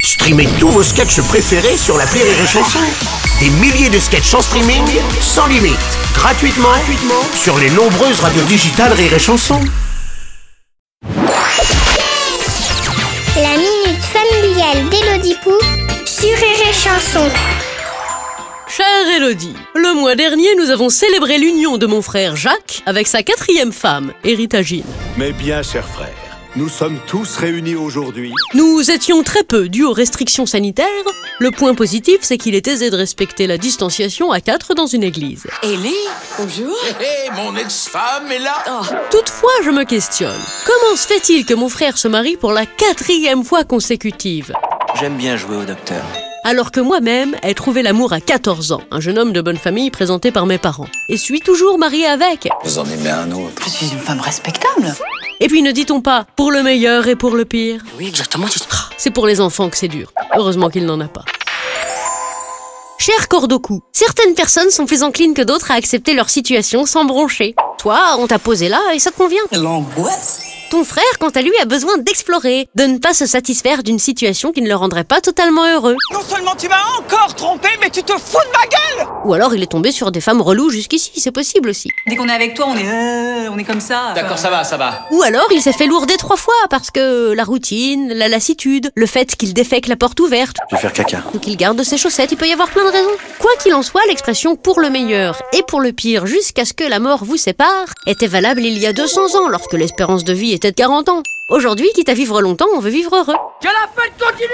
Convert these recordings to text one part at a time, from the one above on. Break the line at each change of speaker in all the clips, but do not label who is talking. Streamez tous vos sketchs préférés sur la Rire et Chanson. Des milliers de sketchs en streaming, sans limite, gratuitement, gratuitement sur les nombreuses radios digitales Rire et Chanson.
La minute familiale d'Élodie Pou sur Rire et Chanson.
Chère Elodie, le mois dernier, nous avons célébré l'union de mon frère Jacques avec sa quatrième femme, Héritagine.
Mais bien, cher frère, nous sommes tous réunis aujourd'hui.
Nous étions très peu dus aux restrictions sanitaires. Le point positif, c'est qu'il est aisé de respecter la distanciation à quatre dans une église.
Ellie, bonjour. Oh.
Hé, mon ex-femme est là
Toutefois, je me questionne. Comment se fait-il que mon frère se marie pour la quatrième fois consécutive
J'aime bien jouer au docteur.
alors que moi-même ai trouvé l'amour à 14 ans, un jeune homme de bonne famille présenté par mes parents, et suis toujours mariée avec.
Vous en aimez un autre.
Je suis une femme respectable.
Et puis ne dit-on pas pour le meilleur et pour le pire Ah,
Oui, exactement.
C'est pour les enfants que c'est dur. Heureusement qu'il n'en a pas. Cher Cordocou, certaines personnes sont plus enclines que d'autres à accepter leur situation sans broncher. Toi, on t'a posé là et ça te convient.
L'angoisse.
Ton frère, quant à lui, a besoin d'explorer, de ne pas se satisfaire d'une situation qui ne le rendrait pas totalement heureux.
Non seulement tu m'as encore trompé, mais tu te fous de ma gueule
Ou alors il est tombé sur des femmes reloues jusqu'ici, c'est possible aussi.
Dès qu'on est avec toi, on est, euh, on est comme ça.
D'accord, ça va, ça va.
Ou alors il s'est fait lourder trois fois parce que la routine, la lassitude, le fait qu'il défèque la porte ouverte
Je vais faire caca.
ou qu'il garde ses chaussettes, il peut y avoir plein de raisons. Quoi qu'il en soit, l'expression pour le meilleur et pour le pire jusqu'à ce que la mort vous sépare était valable il y a 200 ans lorsque l'espérance de vie était de 40 ans. Aujourd'hui, quitte à vivre longtemps, on veut vivre heureux.
Que la fête continue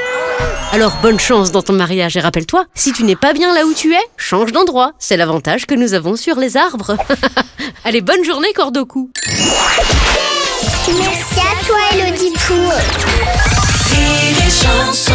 Alors bonne chance dans ton mariage et rappelle-toi, si tu n'es pas bien là où tu es, change d'endroit. C'est l'avantage que nous avons sur les arbres. Allez, bonne journée, Cordocou.
Merci à toi, Elodie Pou.
Et les chansons.